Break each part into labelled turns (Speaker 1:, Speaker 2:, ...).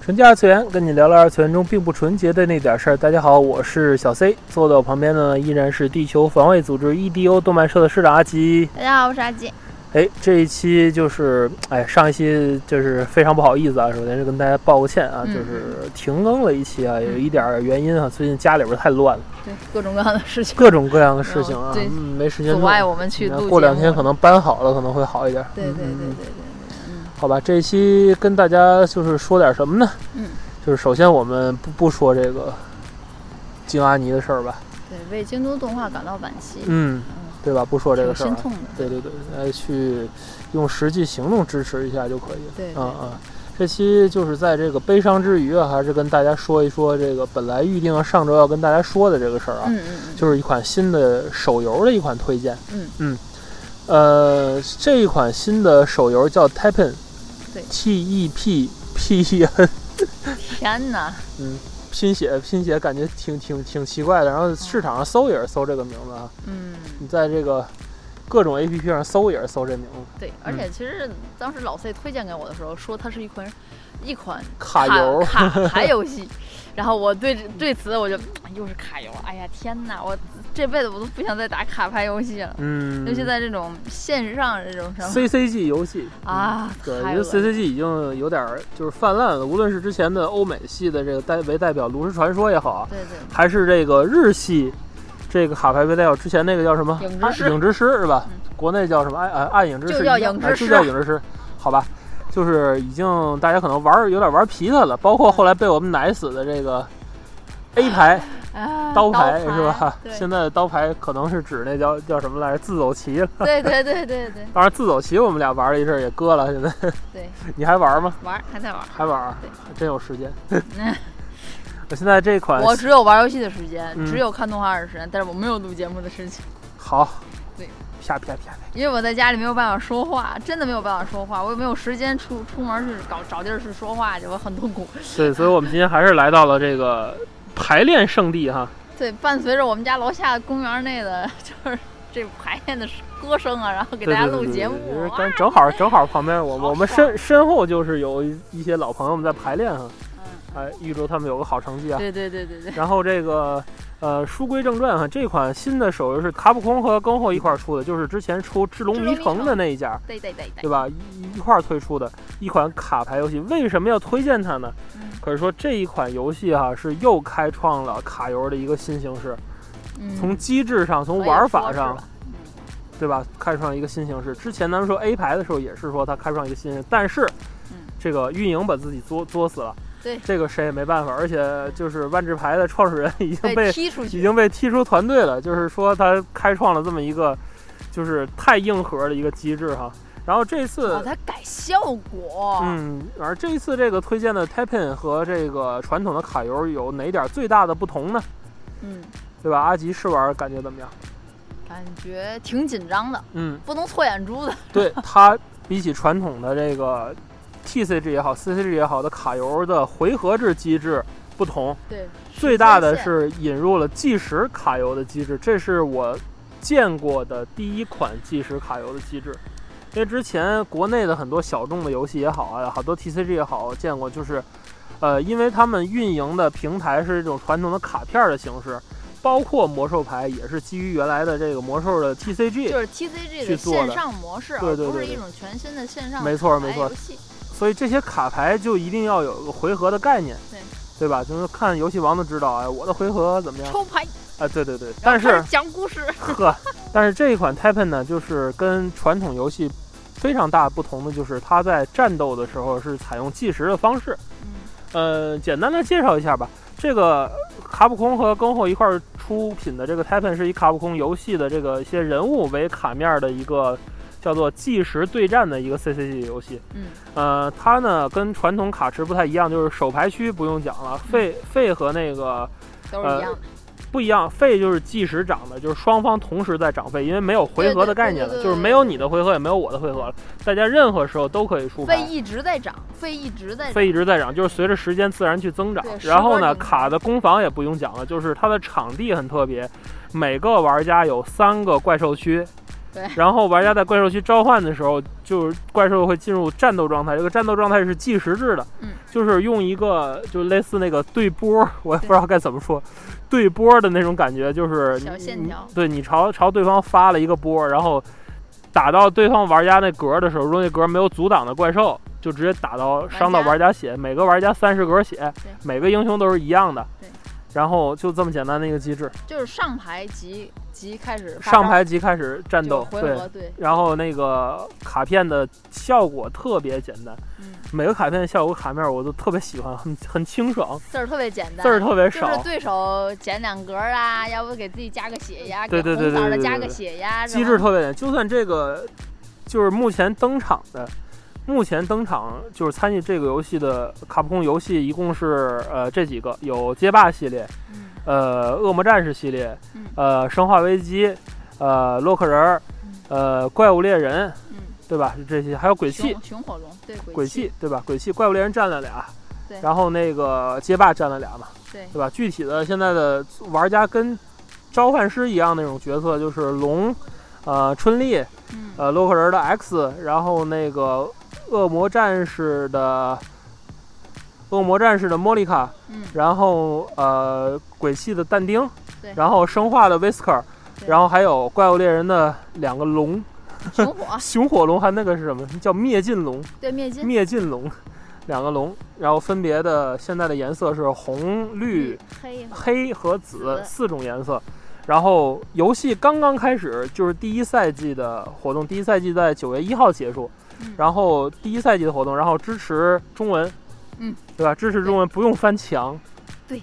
Speaker 1: 纯洁二次元，跟你聊聊二次元中并不纯洁的那点事儿。大家好，我是小 C，坐在我旁边的呢依然是地球防卫组织 EDO 动漫社的社长阿吉。
Speaker 2: 大家好，我是阿吉。
Speaker 1: 哎，这一期就是，哎，上一期就是非常不好意思啊，首先是跟大家道个歉啊，
Speaker 2: 嗯
Speaker 1: 就是停更了一期啊，有一点儿原因啊，最近家里边儿太乱了，
Speaker 2: 对，各种各样的事情
Speaker 1: 各种各样的事情啊，
Speaker 2: 对
Speaker 1: 嗯，没时间
Speaker 2: 阻
Speaker 1: 弄。
Speaker 2: 碍我们去
Speaker 1: 然
Speaker 2: 录
Speaker 1: 后嗯
Speaker 2: 节
Speaker 1: 过两天
Speaker 2: 目
Speaker 1: 可能搬好了，可能会好一点。
Speaker 2: 对对对
Speaker 1: 嗯嗯嗯
Speaker 2: 对对
Speaker 1: 好吧，这一期跟大家就是说点什么呢？
Speaker 2: 嗯，
Speaker 1: 就是首先我们不不说这个京阿尼的事儿吧，
Speaker 2: 对，对为京都动画感到惋惜，
Speaker 1: 嗯，对吧？不说这
Speaker 2: 挺
Speaker 1: 个事儿
Speaker 2: 心
Speaker 1: 啊，
Speaker 2: 痛的。
Speaker 1: 对对对，来去用实际行动支持一下就可以了。
Speaker 2: 对对
Speaker 1: 啊啊、这期就是在这个悲伤之余啊，还是跟大家说一说这个本来预定上周要跟大家说的这个事儿啊，
Speaker 2: 嗯嗯嗯，
Speaker 1: 就是一款新的手游的一款推荐。
Speaker 2: 嗯
Speaker 1: 呃，这一款新的手游叫 Tepen，
Speaker 2: 对
Speaker 1: ，T E P P E N，
Speaker 2: 天哪，
Speaker 1: 拼写拼写感觉挺挺挺奇怪的。然后市场上搜也是搜这个名字啊，
Speaker 2: 嗯，
Speaker 1: 你在这个各种 A P P 上搜也是搜这名字，
Speaker 2: 对，而且其实当时老 C 推荐给我的时候，说它是一款一款
Speaker 1: 卡游。
Speaker 2: 卡 牌游戏，然后我对对此我就哎又是卡游，哎呀天哪，我这辈子我都不想再打卡牌游戏了，
Speaker 1: 嗯，
Speaker 2: 尤其在这种线上这种什么
Speaker 1: CCG 游戏，
Speaker 2: 啊，
Speaker 1: 对，我
Speaker 2: 太
Speaker 1: 觉得
Speaker 2: 恶心
Speaker 1: CCG 已经有点儿就是泛滥了。无论是之前的欧美系的这个代为代表《炉石传说》也好啊，
Speaker 2: 对对，
Speaker 1: 还是这个日系这个卡牌为代表，之前那个叫什么？
Speaker 2: 影之
Speaker 1: 暗
Speaker 2: 师
Speaker 1: 影之师是吧？
Speaker 2: 嗯
Speaker 1: 国内叫什么？暗暗暗影之师
Speaker 2: 就叫
Speaker 1: 一样
Speaker 2: 影
Speaker 1: 哎
Speaker 2: 之
Speaker 1: 就叫
Speaker 2: 师
Speaker 1: 影之师，好吧？就是已经大家可能玩儿有点玩皮它了，包括后来被我们奶死的这个 A 牌
Speaker 2: 啊
Speaker 1: 刀
Speaker 2: 牌
Speaker 1: 牌是 吧？
Speaker 2: 对
Speaker 1: 现在的刀牌可能是指那叫叫什么来着？自走棋了。
Speaker 2: 对对对对对
Speaker 1: 当然，自走棋我们俩玩了一阵儿也割了，现在
Speaker 2: 对，
Speaker 1: 你还玩吗？
Speaker 2: 玩儿还在玩儿。
Speaker 1: 还玩儿？
Speaker 2: 对
Speaker 1: 还真有时 间。
Speaker 2: 嗯
Speaker 1: 我现在这款
Speaker 2: 我只有玩游戏的时间，
Speaker 1: 嗯
Speaker 2: 只有看动画的时间，但是我没有录节目的时间，
Speaker 1: 好，
Speaker 2: 对，
Speaker 1: 啪啪啪啪，
Speaker 2: 因为我在家里没有办法说话，真的没有办法说话，我也没有时间出出门去搞找地儿去说话去，我很痛苦。
Speaker 1: 对，所以我们今天还是来到了这个排练圣地哈。
Speaker 2: 对，伴随着我们家楼下公园内的就是这排练的歌声啊，然后给
Speaker 1: 对
Speaker 2: 大
Speaker 1: 对
Speaker 2: 家
Speaker 1: 对
Speaker 2: 录
Speaker 1: 对
Speaker 2: 节目，啊
Speaker 1: 对
Speaker 2: 哇
Speaker 1: 刚正好正好旁边我
Speaker 2: 好
Speaker 1: 们我们
Speaker 2: 爽
Speaker 1: 身身后就是有一一些老朋友们在排练哈，
Speaker 2: 嗯
Speaker 1: 哎，预祝他们有个好成绩啊。
Speaker 2: 对对对对对，
Speaker 1: 然后这个呃，书归正传哈，这款新的手游是卡普空和耕后一块儿出的，就是之前出《智龙迷
Speaker 2: 智龙迷
Speaker 1: 城
Speaker 2: 城》
Speaker 1: 的那一家。
Speaker 2: 对对对
Speaker 1: 对
Speaker 2: 对，
Speaker 1: 吧？一一块儿推出的一款卡牌游戏，为什么要推荐它呢？
Speaker 2: 嗯
Speaker 1: 可是说这一款游戏哈、是又开创了卡游的一个新形式，
Speaker 2: 嗯
Speaker 1: 从机制上，从
Speaker 2: 可以
Speaker 1: 玩法
Speaker 2: 说是
Speaker 1: 上
Speaker 2: 吧，
Speaker 1: 对吧？开创一个新形式。之前咱们说 A 牌的时候也是说它开创一个新形式，但是
Speaker 2: 嗯
Speaker 1: 这个运营把自己作作死了，
Speaker 2: 对
Speaker 1: 这个谁也没办法。而且就是万智牌的创始人已经
Speaker 2: 被
Speaker 1: 被
Speaker 2: 踢出去，
Speaker 1: 已经被踢出团队了，就是说他开创了这么一个就是太硬核的一个机制哈、然后这次
Speaker 2: 哦，它改效果，
Speaker 1: 嗯，而这一次这个推荐的 Tapin 和这个传统的卡游有哪点最大的不同呢？
Speaker 2: 嗯，
Speaker 1: 对吧？阿吉试玩感觉怎么样？
Speaker 2: 感觉挺紧张的，
Speaker 1: 嗯，
Speaker 2: 不能错眼珠子。
Speaker 1: 对它比起传统的这个 TCG 也好，CCG 也好的卡游的回合制机制不同，
Speaker 2: 对，
Speaker 1: 最大的是引入了计时卡游的机制，这是我见过的第一款计时卡游的机制。因为之前国内的很多小众的游戏也好啊，好多 TCG 也好，我见过就是，呃，因为他们运营的平台是这种传统的卡片的形式，包括魔兽牌也是基于原来的这个魔兽的 TCG，
Speaker 2: 就是 TCG
Speaker 1: 去
Speaker 2: 的
Speaker 1: 做的
Speaker 2: 线上模式，
Speaker 1: 对对
Speaker 2: 而不
Speaker 1: 对对
Speaker 2: 是一种全新的线上
Speaker 1: 没错
Speaker 2: 牌
Speaker 1: 没错
Speaker 2: 游。戏。
Speaker 1: 所以这些卡牌就一定要有个回合的概念，
Speaker 2: 对
Speaker 1: 对吧？就是看游戏王都知道，哎，我的回合怎么 样？
Speaker 2: 抽牌，
Speaker 1: 哎，对对对，
Speaker 2: 然
Speaker 1: 但
Speaker 2: 后
Speaker 1: 是
Speaker 2: 开始讲故事。
Speaker 1: 呵，但是这一款 Tappen 呢，就是跟传统游戏非常大不同的，就是它在战斗的时候是采用计时的方式。
Speaker 2: 嗯
Speaker 1: 呃，简单的介绍一下吧，这个卡普空和耕后一块儿出品的这个 Tappen 是以卡普空游戏的这个一些人物为卡面儿的一个叫做计时对战的一个 CCG 游戏。
Speaker 2: 嗯
Speaker 1: 呃，它呢跟传统卡池不太一样，就是手牌区不用讲了，费费和那个
Speaker 2: 都是一样的。
Speaker 1: 不一样，费就是计时涨的，就是双方同时在涨费，因为没有回合的概念
Speaker 2: 对
Speaker 1: 了，
Speaker 2: 对对对
Speaker 1: 就是没有你的回合，也没有我的回合了，大家任何时候都可以出
Speaker 2: 费
Speaker 1: 牌。
Speaker 2: 一直在涨，费一直在涨。
Speaker 1: 费一直在涨，就是随着时间自然去增长
Speaker 2: 对。时
Speaker 1: 然后
Speaker 2: 光
Speaker 1: 呢，
Speaker 2: 荏苒
Speaker 1: 卡的攻防也不用讲了，就是它的场地很特别，每个玩家有三个怪兽区。
Speaker 2: 对
Speaker 1: 然后玩家在怪兽区召唤的时候，就是怪兽会进入战斗状态。这个战斗状态是计时制的，
Speaker 2: 嗯
Speaker 1: 就是用一个就类似那个对波，我也不知道该怎么说，对波的那种感觉，就是
Speaker 2: 小
Speaker 1: 你
Speaker 2: 线条
Speaker 1: 对你朝朝对方发了一个波，然后打到对方玩家那格儿的时候，如果那格儿没有阻挡的怪兽，就直接打到伤到
Speaker 2: 玩
Speaker 1: 玩家血，每个玩家三十格血
Speaker 2: 对，
Speaker 1: 每个英雄都是一样的
Speaker 2: 对。
Speaker 1: 然后就这么简单的一个机制，
Speaker 2: 就是上牌即即开始发
Speaker 1: 上
Speaker 2: 招
Speaker 1: 牌即开始战斗
Speaker 2: 就，回
Speaker 1: 对
Speaker 2: 合，对，
Speaker 1: 然后那个卡片的效果特别简单，
Speaker 2: 嗯，
Speaker 1: 每个卡片的效果卡面我都特别喜欢，很很清爽，
Speaker 2: 字儿特别简单，
Speaker 1: 字儿特别
Speaker 2: 就
Speaker 1: 少
Speaker 2: 是，对手减两格儿啊，要不给自己加个血呀，
Speaker 1: 对对
Speaker 2: 给
Speaker 1: 对对对
Speaker 2: 红色的
Speaker 1: 对
Speaker 2: 加
Speaker 1: 对
Speaker 2: 个血呀，
Speaker 1: 机
Speaker 2: 然
Speaker 1: 制
Speaker 2: 后
Speaker 1: 特别简单。就算这个就是目前登场的，目前登场就是参与这个游戏的卡普空游戏一共是呃这几个，有街霸系列，
Speaker 2: 嗯
Speaker 1: 呃，恶魔战士系列，
Speaker 2: 嗯
Speaker 1: 呃，生化危机，呃，洛克人儿，呃，怪物猎人，
Speaker 2: 嗯，
Speaker 1: 对吧？这些还有鬼泣，
Speaker 2: 熊熊火龙对
Speaker 1: 鬼
Speaker 2: 鬼
Speaker 1: 泣，对吧？鬼泣，怪物猎人占了俩，
Speaker 2: 对
Speaker 1: 然后那个街霸占了俩嘛，
Speaker 2: 对
Speaker 1: 对吧？具体的现在的玩家跟召唤师一样那种角色，就是龙，呃，春丽，
Speaker 2: 嗯
Speaker 1: 呃，洛克人的 X，然后那个恶魔战士的恶魔战士的莫莉卡，
Speaker 2: 嗯
Speaker 1: 然后呃，鬼泣的但丁，
Speaker 2: 对
Speaker 1: 然后生化的威斯克，
Speaker 2: 对
Speaker 1: 然后还有怪物猎人的两个龙，
Speaker 2: 熊火
Speaker 1: 熊火龙还那个是什么？叫灭尽龙，
Speaker 2: 对啊灭金
Speaker 1: 灭尽龙，两个龙，然后分别的现在的颜色是红、绿、
Speaker 2: 黑和
Speaker 1: 黑和紫
Speaker 2: 紫
Speaker 1: 四种颜色。然后游戏刚刚开始，就是第一赛季的活动，第一赛季在九月一号结束。
Speaker 2: 嗯
Speaker 1: 然后第一赛季的活动，然后支持中文，
Speaker 2: 嗯，
Speaker 1: 对吧？支持中文不用翻墙，
Speaker 2: 第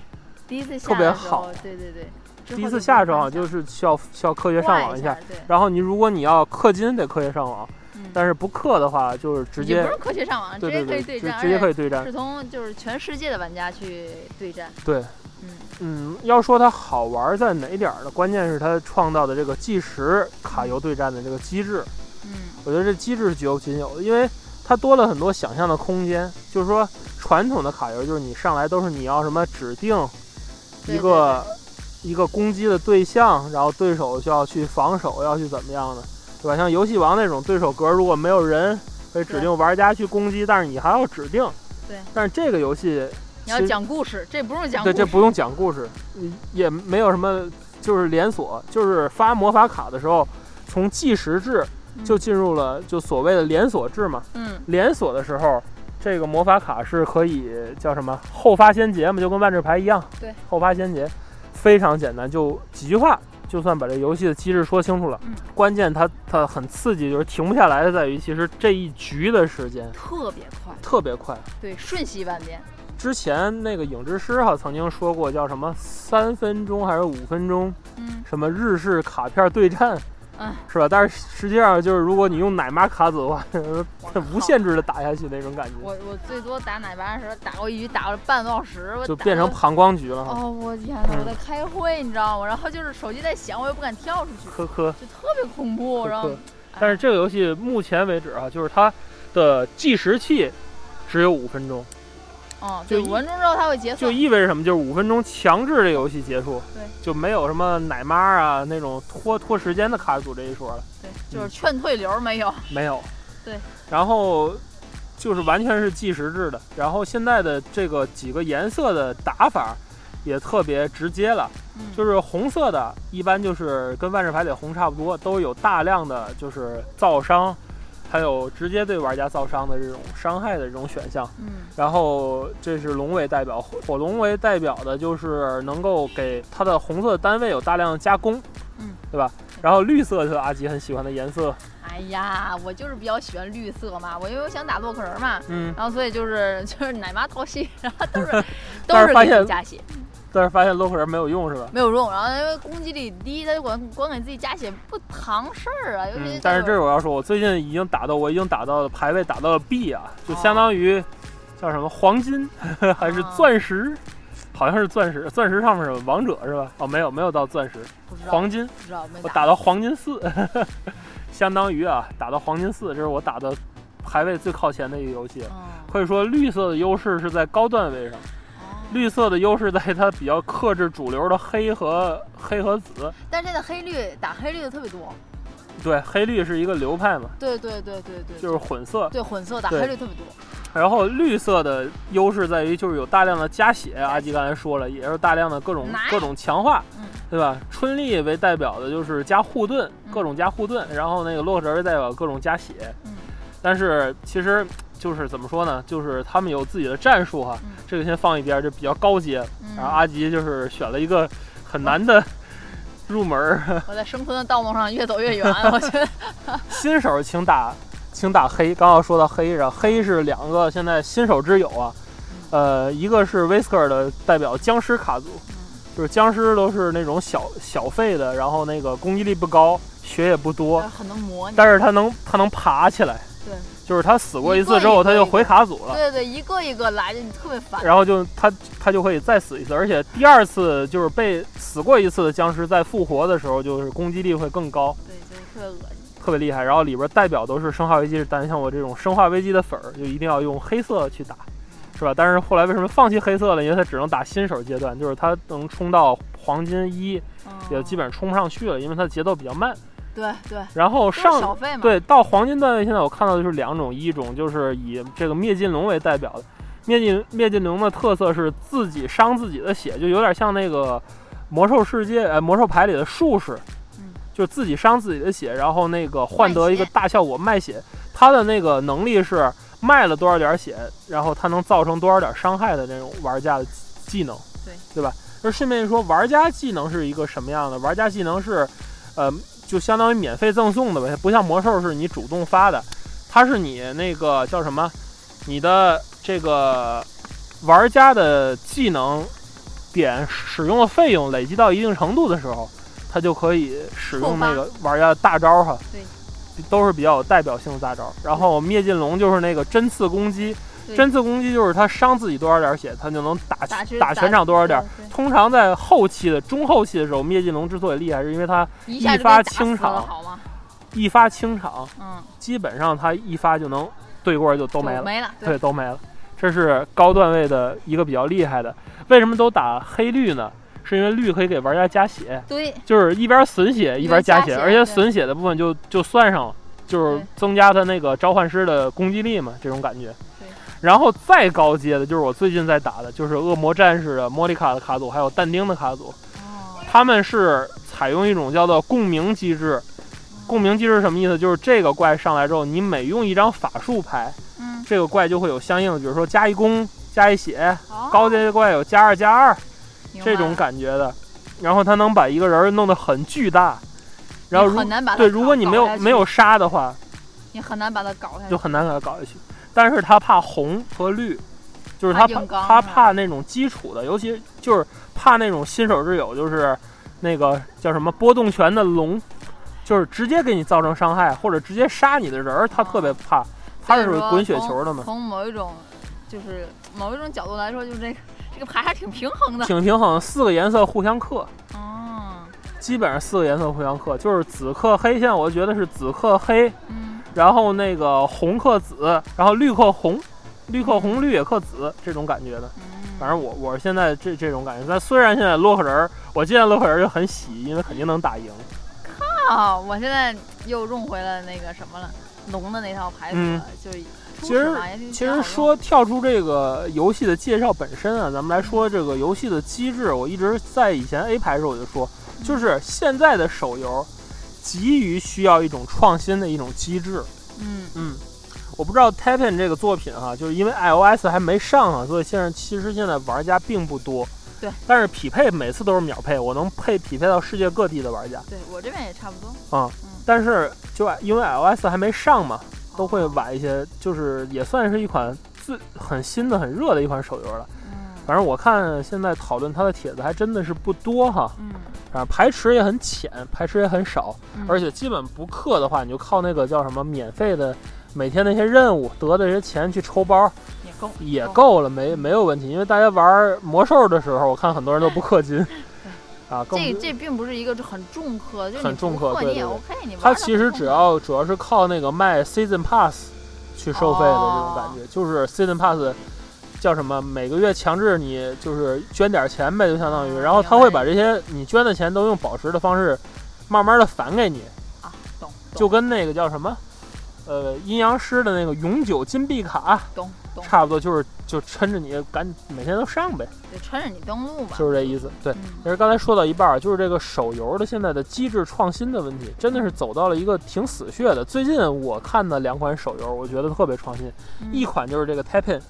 Speaker 2: 一次下
Speaker 1: 特别
Speaker 2: 的时候
Speaker 1: 好
Speaker 2: 对对对，
Speaker 1: 第一次下的时候
Speaker 2: 候
Speaker 1: 啊就是需要需要科学上网
Speaker 2: 一
Speaker 1: 一下，，
Speaker 2: 对，
Speaker 1: 然后你如果你要氪金得科学上网，
Speaker 2: 嗯
Speaker 1: 但是不氪的话就是直
Speaker 2: 也
Speaker 1: 接
Speaker 2: 不是科学上网，直
Speaker 1: 对对
Speaker 2: 接可以
Speaker 1: 对，
Speaker 2: 对
Speaker 1: 直
Speaker 2: 战，
Speaker 1: 直接可
Speaker 2: 以
Speaker 1: 以对战。
Speaker 2: 是从就是全世界的玩家去对战，
Speaker 1: 对，
Speaker 2: 嗯
Speaker 1: 嗯，要说它好玩在哪一点儿呢？关键是它创造的这个计时卡游对战的这个机制，
Speaker 2: 嗯
Speaker 1: 我觉得这机制是绝无仅有的，因为它多了很多想象的空间。就是说，传统的卡游就是你上来都是你要什么指定
Speaker 2: 对
Speaker 1: 一个一个攻击的对象，然后对手就要去防守，要去怎么样的，对吧？像游戏王那种，对手格如果没有人，可以指
Speaker 2: 对
Speaker 1: 定玩家去攻击，但是你还要指定。
Speaker 2: 对。
Speaker 1: 但是这个游戏
Speaker 2: 你要
Speaker 1: 其实
Speaker 2: 讲故事，这不用讲故
Speaker 1: 对，
Speaker 2: 事，
Speaker 1: 这不用讲故事，嗯也没有什么就是连锁，就是发魔法卡的时候，从计时制
Speaker 2: 嗯
Speaker 1: 就进入了就所谓的连锁制嘛。
Speaker 2: 嗯
Speaker 1: 连锁的时候，这个魔法卡是可以叫什么后发先捷嘛，就跟万智牌一样，
Speaker 2: 对，
Speaker 1: 后发先捷，非常简单，就几句话。就算把这游戏的机制说清楚了，
Speaker 2: 嗯
Speaker 1: 关键它它很刺激，就是停不下来的在于，其实这一局的时间
Speaker 2: 特别快，
Speaker 1: 特别快，
Speaker 2: 对，瞬息万变，
Speaker 1: 之前那个影之师哈曾经说过，叫什么三分钟还是五分钟，
Speaker 2: 嗯
Speaker 1: 什么日式卡片对战，
Speaker 2: 嗯，
Speaker 1: 是吧？但是实际上就是，如果你用奶妈卡组的话，
Speaker 2: 我靠
Speaker 1: 无限制的打下去那种感觉，
Speaker 2: 我我最多打奶爸的时候打过一局，打了半个多小时，我
Speaker 1: 就
Speaker 2: 打
Speaker 1: 变成
Speaker 2: 到
Speaker 1: 膀胱局了哈。
Speaker 2: 哦，我天呐，
Speaker 1: 嗯
Speaker 2: 我在开会，你知道吗？然后就是手机在响，我也不敢跳出去，
Speaker 1: 科科，
Speaker 2: 就特别恐怖。
Speaker 1: 科
Speaker 2: 然后哎
Speaker 1: 科，，但是这个游戏目前为止啊，就是它的计时器只有五分钟，
Speaker 2: 哦，
Speaker 1: 就
Speaker 2: 对，
Speaker 1: 一
Speaker 2: 五分钟之后它会结
Speaker 1: 就
Speaker 2: 算，
Speaker 1: 意味着什么？就是五分钟强制这游戏结束，
Speaker 2: 对，
Speaker 1: 就没有什么奶妈啊那种拖拖时间的卡组这一说了。
Speaker 2: 对，就是劝退流没有。
Speaker 1: 没有。
Speaker 2: 对，
Speaker 1: 然后就是完全是计时制的。然后现在的这个几个颜色的打法也特别直接了，
Speaker 2: 嗯，
Speaker 1: 就是红色的，一般就是跟万智牌里红差不多，都有大量的就是造伤，还有直接对玩家造伤的这种伤害的这种选项。
Speaker 2: 嗯
Speaker 1: 然后这是龙为代表，火火龙为代表的就是能够给它的红色单位有大量的加工，
Speaker 2: 嗯，
Speaker 1: 对吧？然后绿色就是阿吉很喜欢的颜色，
Speaker 2: 哎呀，我就是比较喜欢绿色嘛，我因为我想打洛克人嘛，
Speaker 1: 嗯，
Speaker 2: 然后所以就是就是奶妈套戏，然后都是都
Speaker 1: 但是
Speaker 2: 是
Speaker 1: 发
Speaker 2: 给
Speaker 1: 现
Speaker 2: 你加血，
Speaker 1: 但是发现 local 人没有用是吧？
Speaker 2: 没有用，然后因为攻击力低，他就光光给自己加血不扛事儿啊，尤其
Speaker 1: 嗯，但是这
Speaker 2: 种
Speaker 1: 是我要说，我最近已经打到，我已经打到了排位打到了 B 啊，就相当于叫什么黄金还是钻石，好像是钻石，钻石上面是什么王者是吧？哦，没有没有到钻石，
Speaker 2: 不知道
Speaker 1: 黄金，
Speaker 2: 不知道没
Speaker 1: 我打到黄金四， 相当于啊打到黄金四，这是我打的排位最靠前的一个游戏。
Speaker 2: 嗯
Speaker 1: 可以说绿色的优势是在高段位上，
Speaker 2: 哦，
Speaker 1: 绿色的优势在它比较克制主流的黑和黑和紫。
Speaker 2: 但是现在黑绿打黑绿的特别多，
Speaker 1: 对，黑绿是一个流派嘛，
Speaker 2: 对对对对对，
Speaker 1: 就是混色。
Speaker 2: 对混色打
Speaker 1: 对
Speaker 2: 黑绿特别多，
Speaker 1: 然后绿色的优势在于就是有大量的加血，阿基刚才说了，也是大量的各种
Speaker 2: 来
Speaker 1: 各种强化
Speaker 2: 嗯，
Speaker 1: 对吧？春丽为代表的就是加护盾，
Speaker 2: 嗯
Speaker 1: 各种加护盾，然后那个洛神为代表各种加血。
Speaker 2: 嗯
Speaker 1: 但是其实就是怎么说呢，就是他们有自己的战术哈
Speaker 2: 嗯，
Speaker 1: 这个先放一边，就比较高阶。然后
Speaker 2: 嗯，
Speaker 1: 阿吉就是选了一个很难的入门儿，
Speaker 2: 我在生存的道路上越走越远，我觉得
Speaker 1: 新手请打请打黑。刚刚说到黑，然后黑是两个现在新手之友啊，呃，一个是威斯克尔的代表僵尸卡组，就是僵尸都是那种小小费的，然后那个攻击力不高，血也不多，
Speaker 2: 很能模拟，
Speaker 1: 但是他啊能他能爬起来，
Speaker 2: 对，
Speaker 1: 就是他死过一
Speaker 2: 一个
Speaker 1: 次之后
Speaker 2: 一个
Speaker 1: 他就
Speaker 2: 一个
Speaker 1: 回卡组了。
Speaker 2: 对对，一个一个来，就你特别烦。
Speaker 1: 然后就他他就可以再死一次，而且第二次就是被死过一次的僵尸在复活的时候，就是攻击力会更高，
Speaker 2: 对，就是特别恶心。
Speaker 1: 特别厉害。然后里边代表都是《生化危机》是单，像我这种《生化危机》的粉儿，就一定要用黑色去打，是吧？但是后来为什么放弃黑色了？因为他只能打新手阶段，就是他能冲到黄金一，也基本
Speaker 2: 本
Speaker 1: 上冲不上去了，因为他的节奏比较慢。
Speaker 2: 嗯对对，
Speaker 1: 然后
Speaker 2: 都是
Speaker 1: 上
Speaker 2: 小费嘛。
Speaker 1: 对，到黄金段位，现在我看到的就是两种，一种就是以这个灭尽龙为代表的，灭尽灭尽龙的特色是自己伤自己的血，就有点像那个魔兽世界呃魔兽牌里的术士
Speaker 2: 嗯，
Speaker 1: 就自己伤自己的血，然后那个换得一个
Speaker 2: 卖血
Speaker 1: 大效果卖血，他的那个能力是卖了多少点血，然后他能造成多少点伤害的那种玩家的技技能，
Speaker 2: 对
Speaker 1: 对吧？那顺便说，玩家技能是一个什么样的？玩家技能是，呃，就相当于免费赠送的呗，不像魔兽是你主动发的，它是你那个叫什么，你的这个玩家的技能点使用的费用累积到一定程度的时候，它就可以使用那个玩家的大招哈。
Speaker 2: 对。
Speaker 1: 都是比较有代表性的大招，然后灭尽龙就是那个针刺攻击，
Speaker 2: 对
Speaker 1: 针刺攻击就是他伤自己多少点血，他就能打
Speaker 2: 打是
Speaker 1: 打全场多少点，
Speaker 2: 对对
Speaker 1: 通常在后期的中后期的时候，灭尽龙之所以厉害，是因为它
Speaker 2: 一下
Speaker 1: 一
Speaker 2: 就
Speaker 1: 发
Speaker 2: 被打
Speaker 1: 清
Speaker 2: 死了
Speaker 1: 场
Speaker 2: 好吗？
Speaker 1: 一发清场，
Speaker 2: 嗯，
Speaker 1: 基本上它一发就能对过就都
Speaker 2: 就
Speaker 1: 没了，
Speaker 2: 没了。
Speaker 1: 对，都没了。这是高段位的一个比较厉害的。为什么都打黑绿呢？是因为绿可以给玩家加血，
Speaker 2: 对，
Speaker 1: 就是一边损血一边加
Speaker 2: 一边加血
Speaker 1: 而且损血的部分就就算上了，就是
Speaker 2: 对
Speaker 1: 增加他那个召唤师的攻击力嘛，这种感觉
Speaker 2: 对。
Speaker 1: 然后再高阶的，就是我最近在打的，就是恶魔战士的莫莉卡的卡组，还有但丁的卡组，
Speaker 2: 哦，
Speaker 1: 他们是采用一种叫做共鸣机制。共鸣机制是什么意思？就是这个怪上来之后，你每用一张法术牌，
Speaker 2: 嗯，
Speaker 1: 这个怪就会有相应的，比如说加一攻、加一血，
Speaker 2: 好
Speaker 1: 高阶的怪有加二加二，
Speaker 2: 明白
Speaker 1: 这
Speaker 2: 了
Speaker 1: 种感觉的，然后他能把一个人弄得很巨大，然后
Speaker 2: 你
Speaker 1: 如
Speaker 2: 很难把它
Speaker 1: 对，
Speaker 2: 搞
Speaker 1: 如果你没
Speaker 2: 搞下
Speaker 1: 有
Speaker 2: 去
Speaker 1: 没有杀的话，
Speaker 2: 你很难把它搞下去
Speaker 1: 就。很难给他搞下去。但是他怕红和绿，就是他
Speaker 2: 怕
Speaker 1: 怕
Speaker 2: 硬刚
Speaker 1: 他
Speaker 2: 是吧
Speaker 1: 怕那种基础的，尤其就是怕那种新手之友，就是那个叫什么波动拳的龙，就是直接给你造成伤害或者直接杀你的人儿，他特别怕，他
Speaker 2: 哦所以
Speaker 1: 是
Speaker 2: 说
Speaker 1: 滚雪
Speaker 2: 从
Speaker 1: 球的嘛。
Speaker 2: 从某一种就是某一种角度来说，就是这个这个牌还挺平衡的。
Speaker 1: 挺平衡，四个颜色互相克，
Speaker 2: 哦，
Speaker 1: 基本上四个颜色互相克，就是紫克黑。现在我觉得是紫克黑，
Speaker 2: 嗯，
Speaker 1: 然后那个红克紫，然后绿克红，绿克红，绿也克紫，这种感觉的。
Speaker 2: 嗯
Speaker 1: 反正我我是现在这这种感觉，但虽然现在洛克人儿，我见洛克人儿就很喜，因为肯定能打赢。
Speaker 2: 啊，我现在又用回了那个什么了，龙的那套牌子
Speaker 1: 嗯
Speaker 2: 了，就是
Speaker 1: 其实其实说跳出这个游戏的介绍本身啊，咱们来说这个游戏的机制。我一直在以前 A 排的时候我就说，就是现在的手游急于需要一种创新的一种机制。
Speaker 2: 嗯
Speaker 1: 嗯，我不知道 Tappin 这个作品哈、就是因为 iOS 还没上啊，所以现在其实现在玩家并不多。
Speaker 2: 对，
Speaker 1: 但是匹配每次都是秒配，我能配匹配到世界各地的玩家。
Speaker 2: 对我这边也差不多，
Speaker 1: 但是就因为 iOS 还没上嘛，都会晚一些，就是也算是一款自很新的、很热的一款手游了。
Speaker 2: 嗯
Speaker 1: 反正我看现在讨论它的帖子还真的是不多哈，
Speaker 2: 嗯，
Speaker 1: 反正排池也很浅，排池也很少，
Speaker 2: 嗯
Speaker 1: 而且基本不氪的话，你就靠那个叫什么免费的每天那些任务得的这些钱去抽包
Speaker 2: 也够，
Speaker 1: 也够了，没没有问题。因为大家玩魔兽的时候，我看很多人都不氪 金，啊，更
Speaker 2: 这
Speaker 1: 不
Speaker 2: 这并不是一个很重氪，就是
Speaker 1: 很
Speaker 2: 你
Speaker 1: 重
Speaker 2: 不
Speaker 1: 氪
Speaker 2: 氪
Speaker 1: 对
Speaker 2: 你也
Speaker 1: 对对
Speaker 2: OK，你玩
Speaker 1: 它
Speaker 2: 儿
Speaker 1: 其
Speaker 2: 得
Speaker 1: 实
Speaker 2: 痛
Speaker 1: 只
Speaker 2: 快
Speaker 1: 要主要是靠那个卖 Season Pass 去收费的这种
Speaker 2: 哦
Speaker 1: 感觉，就是 Season Pass 叫什么？每个月强制你就是捐点钱呗，就相当于，
Speaker 2: 嗯
Speaker 1: 然后
Speaker 2: 明
Speaker 1: 他会
Speaker 2: 白
Speaker 1: 把这些你捐的钱都用宝石的方式，慢慢的返给你，
Speaker 2: 啊，懂，
Speaker 1: 就
Speaker 2: 懂
Speaker 1: 跟那个叫什么，呃，阴阳师的那个永久金币卡
Speaker 2: 懂懂，
Speaker 1: 差不多，就是就抻着你赶每天都上呗，
Speaker 2: 得趁着你登录吧，
Speaker 1: 就是这意思。对，
Speaker 2: 嗯
Speaker 1: 其实刚才说到一半儿，就是这个手游的现在的机制创新的问题，真的是走到了一个挺死穴的。最近我看的两款手游，我觉得特别创新，
Speaker 2: 嗯
Speaker 1: 一款就是这个 Tapin，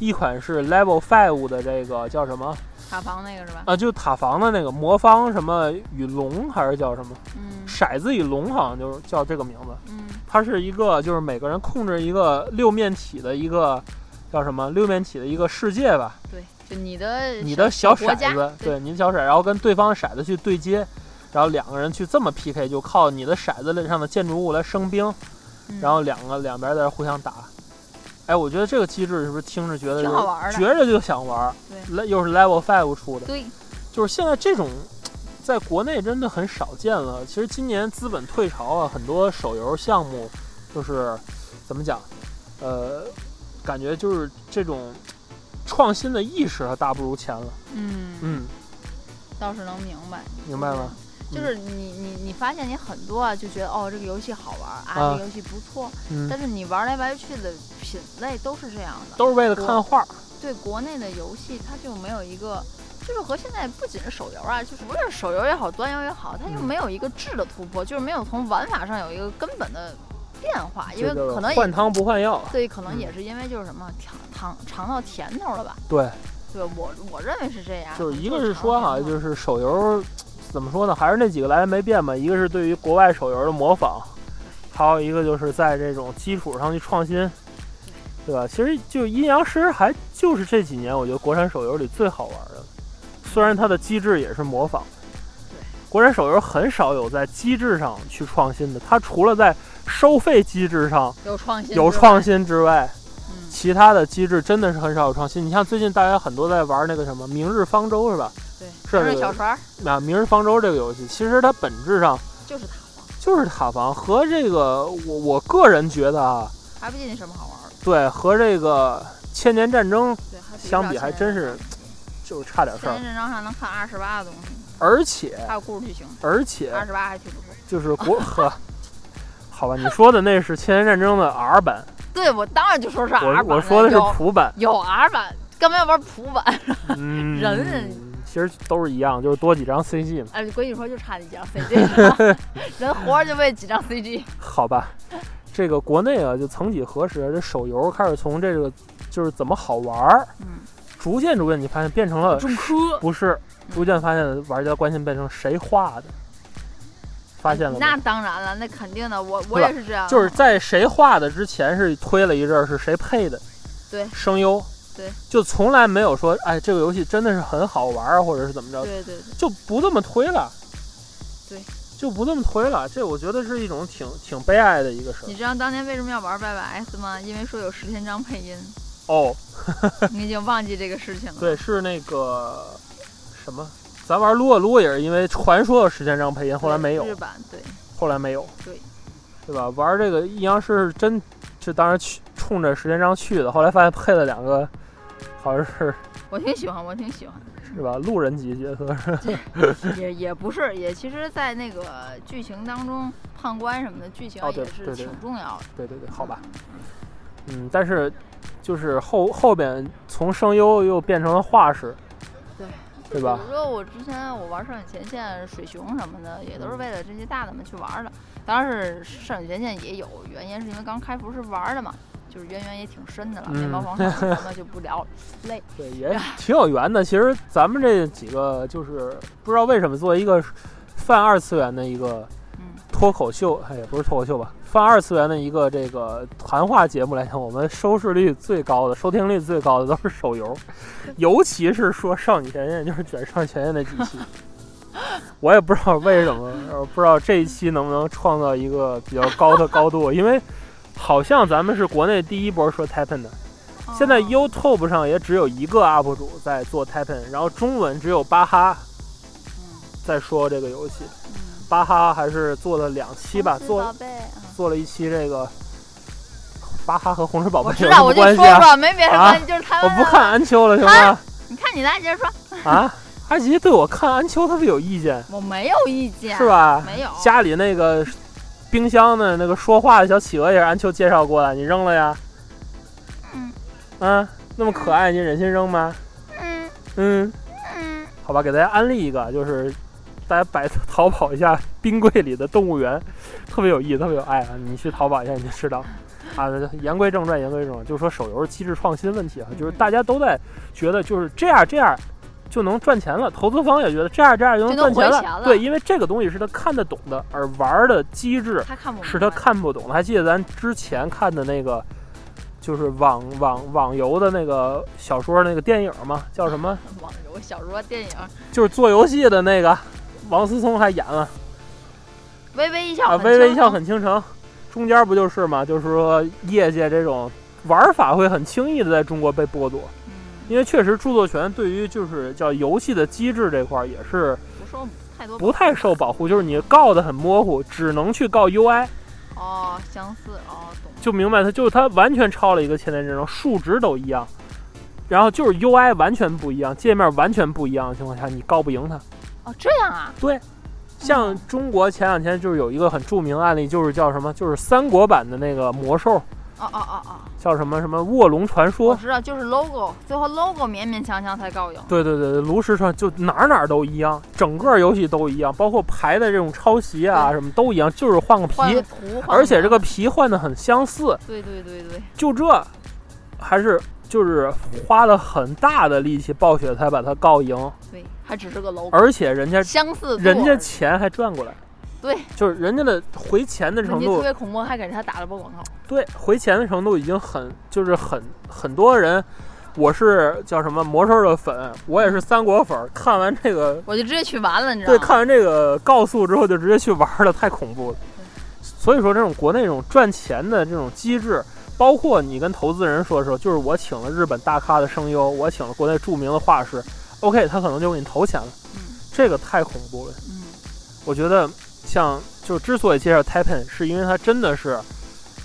Speaker 1: 一款是 Level Five 的这个叫什么
Speaker 2: 塔防那个是吧？
Speaker 1: 啊？就塔防的那个魔方什么与龙还是叫什么
Speaker 2: 嗯
Speaker 1: 骰子与龙，好像就是叫这个名字。
Speaker 2: 嗯
Speaker 1: 它是一个就是每个人控制一个六面体的一个叫什么六面体的一个世界吧，
Speaker 2: 对，就你的
Speaker 1: 你的
Speaker 2: 小国
Speaker 1: 骰
Speaker 2: 家
Speaker 1: 子，，对，你的小骰，然后跟对方的骰子去对接，然后两个人去这么 PK，就靠你的骰子上的建筑物来生兵，
Speaker 2: 嗯
Speaker 1: 然后两个两边在这互相打。哎，我觉得这个机制是不是听着觉得
Speaker 2: 挺好玩的
Speaker 1: 觉着就想玩儿？
Speaker 2: 对
Speaker 1: 来，又是 Level Five 出的，
Speaker 2: 对，
Speaker 1: 就是现在这种在国内真的很少见了。其实今年资本退潮啊，很多手游项目就是怎么讲，呃，感觉就是这种创新的意识还大不如前了。
Speaker 2: 嗯，
Speaker 1: 嗯，
Speaker 2: 倒是能明白，
Speaker 1: 明白吗？
Speaker 2: 就
Speaker 1: 嗯
Speaker 2: 是你你你发现你很多啊，就觉得哦这个游戏好玩儿啊，
Speaker 1: 啊
Speaker 2: 这个游戏不错，
Speaker 1: 嗯，
Speaker 2: 但是你玩来玩去的品类都是这样的。
Speaker 1: 都是为了看画。
Speaker 2: 对国内的游戏，它就没有一个，就是和现在不仅是手游啊，就是无论是手游也好，端游也好，它就
Speaker 1: 嗯
Speaker 2: 没有一个质的突破，就是没有从玩法上有一个根本的变化，因
Speaker 1: 这
Speaker 2: 为
Speaker 1: 个
Speaker 2: 可能也
Speaker 1: 换汤不换药，
Speaker 2: 对，可能也
Speaker 1: 嗯
Speaker 2: 是因为就是什么尝尝尝到甜头了吧？
Speaker 1: 对，
Speaker 2: 对吧，我我认为是这样。
Speaker 1: 就是
Speaker 2: 可能
Speaker 1: 一个是说哈、
Speaker 2: 尝到甜头
Speaker 1: 就是手游怎么说呢，还是那几个来源没变吧。一个是对于国外手游的模仿，还有一个就是在这种基础上去创新，对吧？其实就阴阳师还就是这几年我觉得国产手游里最好玩的，虽然它的机制也是模仿
Speaker 2: 对。
Speaker 1: 国产手游很少有在机制上去创新的，它除了在收费机制上
Speaker 2: 有创新，
Speaker 1: 有创，新之外，
Speaker 2: 嗯，
Speaker 1: 其他的机制真的是很少有创新。你像最近大家很多在玩那个什么《明日方舟》是吧？
Speaker 2: 对，
Speaker 1: 是
Speaker 2: 而
Speaker 1: 是
Speaker 2: 且小船儿
Speaker 1: 啊，《明日方舟》这个游戏，其实它本质上
Speaker 2: 就是塔防，
Speaker 1: 就是塔防和这个我我个人觉得啊，
Speaker 2: 还不进去什么好玩儿的。
Speaker 1: 对，和这个千年战争
Speaker 2: 对，还
Speaker 1: 相
Speaker 2: 不
Speaker 1: 比
Speaker 2: 上
Speaker 1: 还
Speaker 2: 千
Speaker 1: 真
Speaker 2: 人
Speaker 1: 是就是哎差点
Speaker 2: 战
Speaker 1: 事儿
Speaker 2: 千年，战争上能看二十八的东西，
Speaker 1: 而且
Speaker 2: 还有故事剧情，
Speaker 1: 而
Speaker 2: 二
Speaker 1: 且
Speaker 2: 十八还挺不错。
Speaker 1: 就是国呵。好吧，你说的那是《千年战争》的 R 版，
Speaker 2: 对我当然就说是 R
Speaker 1: 我
Speaker 2: 版了，
Speaker 1: 我说的是
Speaker 2: 有
Speaker 1: 普版。
Speaker 2: 有 R 版，干嘛要玩普版？
Speaker 1: 嗯，
Speaker 2: 人
Speaker 1: 其实都是一样，就是多几张 CG 嘛。
Speaker 2: 哎，闺女说就差那几张 CG，人活着就为几张 CG。
Speaker 1: 好吧，这个国内啊，就曾几何时，这手游开始从这个就是怎么好玩儿，
Speaker 2: 嗯，
Speaker 1: 逐渐逐渐你发现变成了
Speaker 2: 重科
Speaker 1: 不是，逐渐发现玩家关心变成谁画的，发现了
Speaker 2: 那
Speaker 1: 吗？
Speaker 2: 当然了，那肯定的，我我
Speaker 1: 对吧
Speaker 2: 也是这样，
Speaker 1: 就是在谁画的之前是推了一阵儿是谁配的，
Speaker 2: 对
Speaker 1: 声优，
Speaker 2: 对，
Speaker 1: 就从来没有说哎这个游戏真的是很好玩儿或者是怎么着，
Speaker 2: 对对对，
Speaker 1: 就不这么推了，
Speaker 2: 对，
Speaker 1: 就不这么推了，这我觉得是一种挺挺悲哀的一个事儿
Speaker 2: 你知道当年为什么要玩 YYS 吗？因为说有十天章配音，
Speaker 1: 哦。
Speaker 2: 你已经忘记这个事情了。
Speaker 1: 对，是那个什么，咱玩撸啊撸也是因为传说有时间章配音，
Speaker 2: 对，
Speaker 1: 后来没有
Speaker 2: 日，版对，
Speaker 1: 后来没有，
Speaker 2: 对，
Speaker 1: 对吧？玩这个阴阳师是真，这当时去冲着时间章去的，后来发现配了两个，好像是
Speaker 2: 我挺喜欢，我挺喜欢。
Speaker 1: 是吧？路人级角色，
Speaker 2: 也也不是，也其实，在那个剧情当中，判官什么的剧情
Speaker 1: 哦对
Speaker 2: 也
Speaker 1: 对
Speaker 2: 是
Speaker 1: 对
Speaker 2: 挺重要的。
Speaker 1: 对对对，好吧，嗯，但是就是后后边从声优又变成了画师，
Speaker 2: 对
Speaker 1: 对
Speaker 2: 比
Speaker 1: 吧？
Speaker 2: 如说我之前我玩《少女前线》《水熊》什么的，也
Speaker 1: 嗯
Speaker 2: 都是为了这些大的们去玩的。当然是《少女前线》也有原因，是因为刚开服是玩的嘛，就是渊源也挺深的了。
Speaker 1: 嗯
Speaker 2: 面包广场 什么就不聊了，累。
Speaker 1: 对，也挺有缘的。其实咱们这几个就是不知道为什么作为一个泛二次元的一个
Speaker 2: 嗯，
Speaker 1: 脱口秀，哎，也不是脱口秀吧，泛二次元的一个这个谈话节目来讲，我们收视率最高的、收听率最高的都是手 游，尤其是说《少女前线》，就是卷《少女前线》那几 期。我也不知道为什么，呃不知道这一期能不能创造一个比较高 的高度，因为好像咱们是国内第一波说 Tappen 的， 现在
Speaker 2: 哦
Speaker 1: YouTube 上也只有一个 UP 主在做 Tappen，然后中文只有巴哈
Speaker 2: 嗯
Speaker 1: 在说这个游戏，
Speaker 2: 嗯
Speaker 1: 巴哈还是做了两期吧，
Speaker 2: 红石
Speaker 1: 做
Speaker 2: 宝贝嗯
Speaker 1: 做了一期这个巴哈和红石宝贝有
Speaker 2: 我知
Speaker 1: 什
Speaker 2: 道，
Speaker 1: 么
Speaker 2: 我就
Speaker 1: 关系
Speaker 2: 说
Speaker 1: 啊？
Speaker 2: 说，没别的关系，就是台
Speaker 1: 我
Speaker 2: 湾。
Speaker 1: 不看，安丘了，行吗？
Speaker 2: 你看你来，接着说，
Speaker 1: 啊，阿吉对我看安丘特别有意见，
Speaker 2: 我没有意见，
Speaker 1: 是？吧？
Speaker 2: 没有，
Speaker 1: 家里那个冰箱的那个说话的小企鹅也是安丘介绍过的，你扔了呀？
Speaker 2: 嗯
Speaker 1: 啊，那么可爱，你忍心扔吗？
Speaker 2: 嗯
Speaker 1: 嗯，
Speaker 2: 嗯，
Speaker 1: 好吧，给大家安利一个，就是大家百淘宝一下冰柜里的动物园，特别有意思，特别有爱啊！你去淘宝一下你就知道。啊，言归正传，言归正传，就是说手游机制创新问题啊，就是大家都在觉得就是这样这样就能赚钱了，投资方也觉得这样这样就能
Speaker 2: 就能
Speaker 1: 赚钱了，
Speaker 2: 回钱了
Speaker 1: 对，因为这个东西是他看得懂的，而玩儿的机制
Speaker 2: 他看不明白，
Speaker 1: 是他看不懂的。还记得咱之前看的那个，就是网网网游的那个小说那个电影吗？叫什么？
Speaker 2: 网游、小说、电影，
Speaker 1: 就是做游戏的那个，王思聪还演了
Speaker 2: 微微一笑
Speaker 1: 啊，《
Speaker 2: 很
Speaker 1: 微微一
Speaker 2: 轻
Speaker 1: 笑很倾城》，中间不就是嘛？就是说业界这种玩法会很轻易的在中国被剥夺，
Speaker 2: 嗯，
Speaker 1: 因为确实著作权对于就是叫游戏的机制这块儿也是
Speaker 2: 不说太多吧，
Speaker 1: 不太受保护，就是你告的很模糊，只能去告 UI。
Speaker 2: 哦，相似哦，懂了，
Speaker 1: 就明白它就是它完全抄了一个千年之中，数值都一样，然后就是 UI 完全不一样，界面完全不一样的情况下，你告不赢它。
Speaker 2: 哦，这样啊，
Speaker 1: 像
Speaker 2: 嗯
Speaker 1: 中国前两天就是有一个很著名的案例，就是叫什么，就是三国版的那个魔兽，
Speaker 2: 哦哦哦哦，
Speaker 1: 叫什么什么卧龙传
Speaker 2: 我
Speaker 1: 说。
Speaker 2: 知道，就是 logo，最后 logo 勉勉强强才告赢，
Speaker 1: 对对对，对炉石传就哪儿哪儿都一样，整个游戏都一样，包括牌的这种抄袭啊什么都一样，就是换个
Speaker 2: 换个
Speaker 1: 皮，
Speaker 2: 图，换
Speaker 1: 而且这个
Speaker 2: 名
Speaker 1: 皮换的很相似。
Speaker 2: 字，对对对对，
Speaker 1: 就这，还是就是花了很大的力气暴雪才把它告赢，
Speaker 2: 对，还只是个 logo，
Speaker 1: 而且人家
Speaker 2: 相似度
Speaker 1: 人
Speaker 2: 而
Speaker 1: 家
Speaker 2: 已
Speaker 1: 钱还赚过来，
Speaker 2: 对，
Speaker 1: 就是人家的回钱的
Speaker 2: 问
Speaker 1: 程
Speaker 2: 题特
Speaker 1: 度，
Speaker 2: 别恐怖，还给他打了波广告，
Speaker 1: 对回钱的程度已经很就是很很多人。我是叫什么魔兽的粉，我也是三国粉儿。看完这个，
Speaker 2: 我就直接去完了，你知道
Speaker 1: 对，
Speaker 2: 吗？
Speaker 1: 看完这个告诉之后就直接去玩儿了，太恐怖了。所以说，这种国内这种赚钱的这种机制，包括你跟投资人说的时候，就是我请了日本大咖的声优，我请了国内著名的画师，OK，他可能就给你投钱了，
Speaker 2: 嗯
Speaker 1: 这个太恐怖了。
Speaker 2: 嗯
Speaker 1: 我觉得像就之所以介绍 Tappen，是因为它真的是，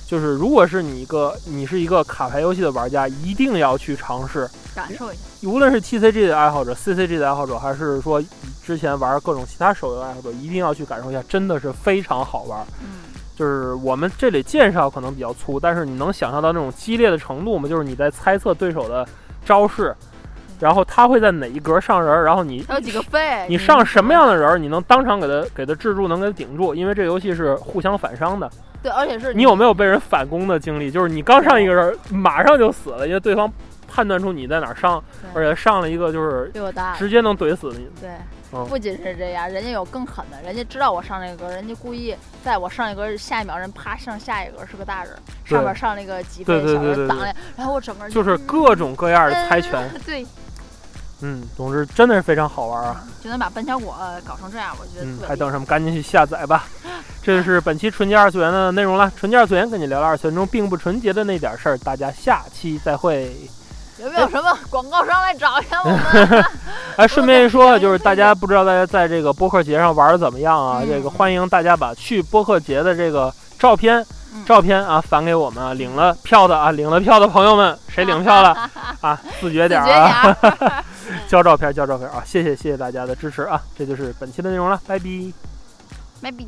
Speaker 1: 就是如果是你一个你是一个卡牌游戏的玩家，一定要去尝试，
Speaker 2: 感受一下，
Speaker 1: 无论是 TCG 的爱好者、CCG 的爱好者，还是说之前玩各种其他手游的爱好者，一定要去感受一下，真的是非常好玩。
Speaker 2: 嗯，
Speaker 1: 就是我们这里介绍可能比较粗，但是你能想象到那种激烈的程度吗？就是你在猜测对手的招式，然后他会在哪一格上人儿，然后你
Speaker 2: 还有几个费，
Speaker 1: 你上什么样的人儿，你能当场给他给他制住，能给他顶住，因为这游戏是互相反伤的。
Speaker 2: 对，而且是
Speaker 1: 你有没有被人反攻的经历？就是你刚上一个人儿，马上就死了，因为对方判断出你在哪儿伤，而
Speaker 2: 对
Speaker 1: 且上了一个就是
Speaker 2: 对我大
Speaker 1: 直接能怼死你。
Speaker 2: 对
Speaker 1: 嗯，
Speaker 2: 不仅是这样，人家有更狠的，人家知道我上这个，人家故意在我上一个下一秒，人啪上下一个是个大人，
Speaker 1: 对
Speaker 2: 上面上那个几
Speaker 1: 对
Speaker 2: 倍
Speaker 1: 对
Speaker 2: 小
Speaker 1: 对
Speaker 2: 人
Speaker 1: 对
Speaker 2: 挡
Speaker 1: 对
Speaker 2: 着，然后我整个人
Speaker 1: 就是各种各样的猜拳，，
Speaker 2: 嗯 对，
Speaker 1: 嗯，总之真的是非常好玩啊，
Speaker 2: 就能把半小果呃搞成这样，我觉得
Speaker 1: 嗯，
Speaker 2: 特
Speaker 1: 还
Speaker 2: 别
Speaker 1: 等什么？赶紧去下载吧。这是本期纯洁二次元的内容了，纯洁二次元跟你聊聊二次元中并不纯洁的那点事儿，大家下期再会。
Speaker 2: 有没有什么广告商来找一下 我们？
Speaker 1: 哎，顺便一
Speaker 2: 我
Speaker 1: 说，
Speaker 2: 感觉
Speaker 1: 就是大家不知道大家在这个播客节上玩的怎么样啊？
Speaker 2: 嗯
Speaker 1: 这个欢迎大家把去播客节的这个照片
Speaker 2: 嗯。
Speaker 1: 照片啊，返给我们啊！领了票的啊，领了票的朋友们，谁领票 了啊？自觉
Speaker 2: 自
Speaker 1: 点儿
Speaker 2: 觉点
Speaker 1: 啊！
Speaker 2: 儿。
Speaker 1: 交照片，交照片啊！谢谢，谢谢大家的支持啊！这就是本期的内容了，拜拜。
Speaker 2: Maybe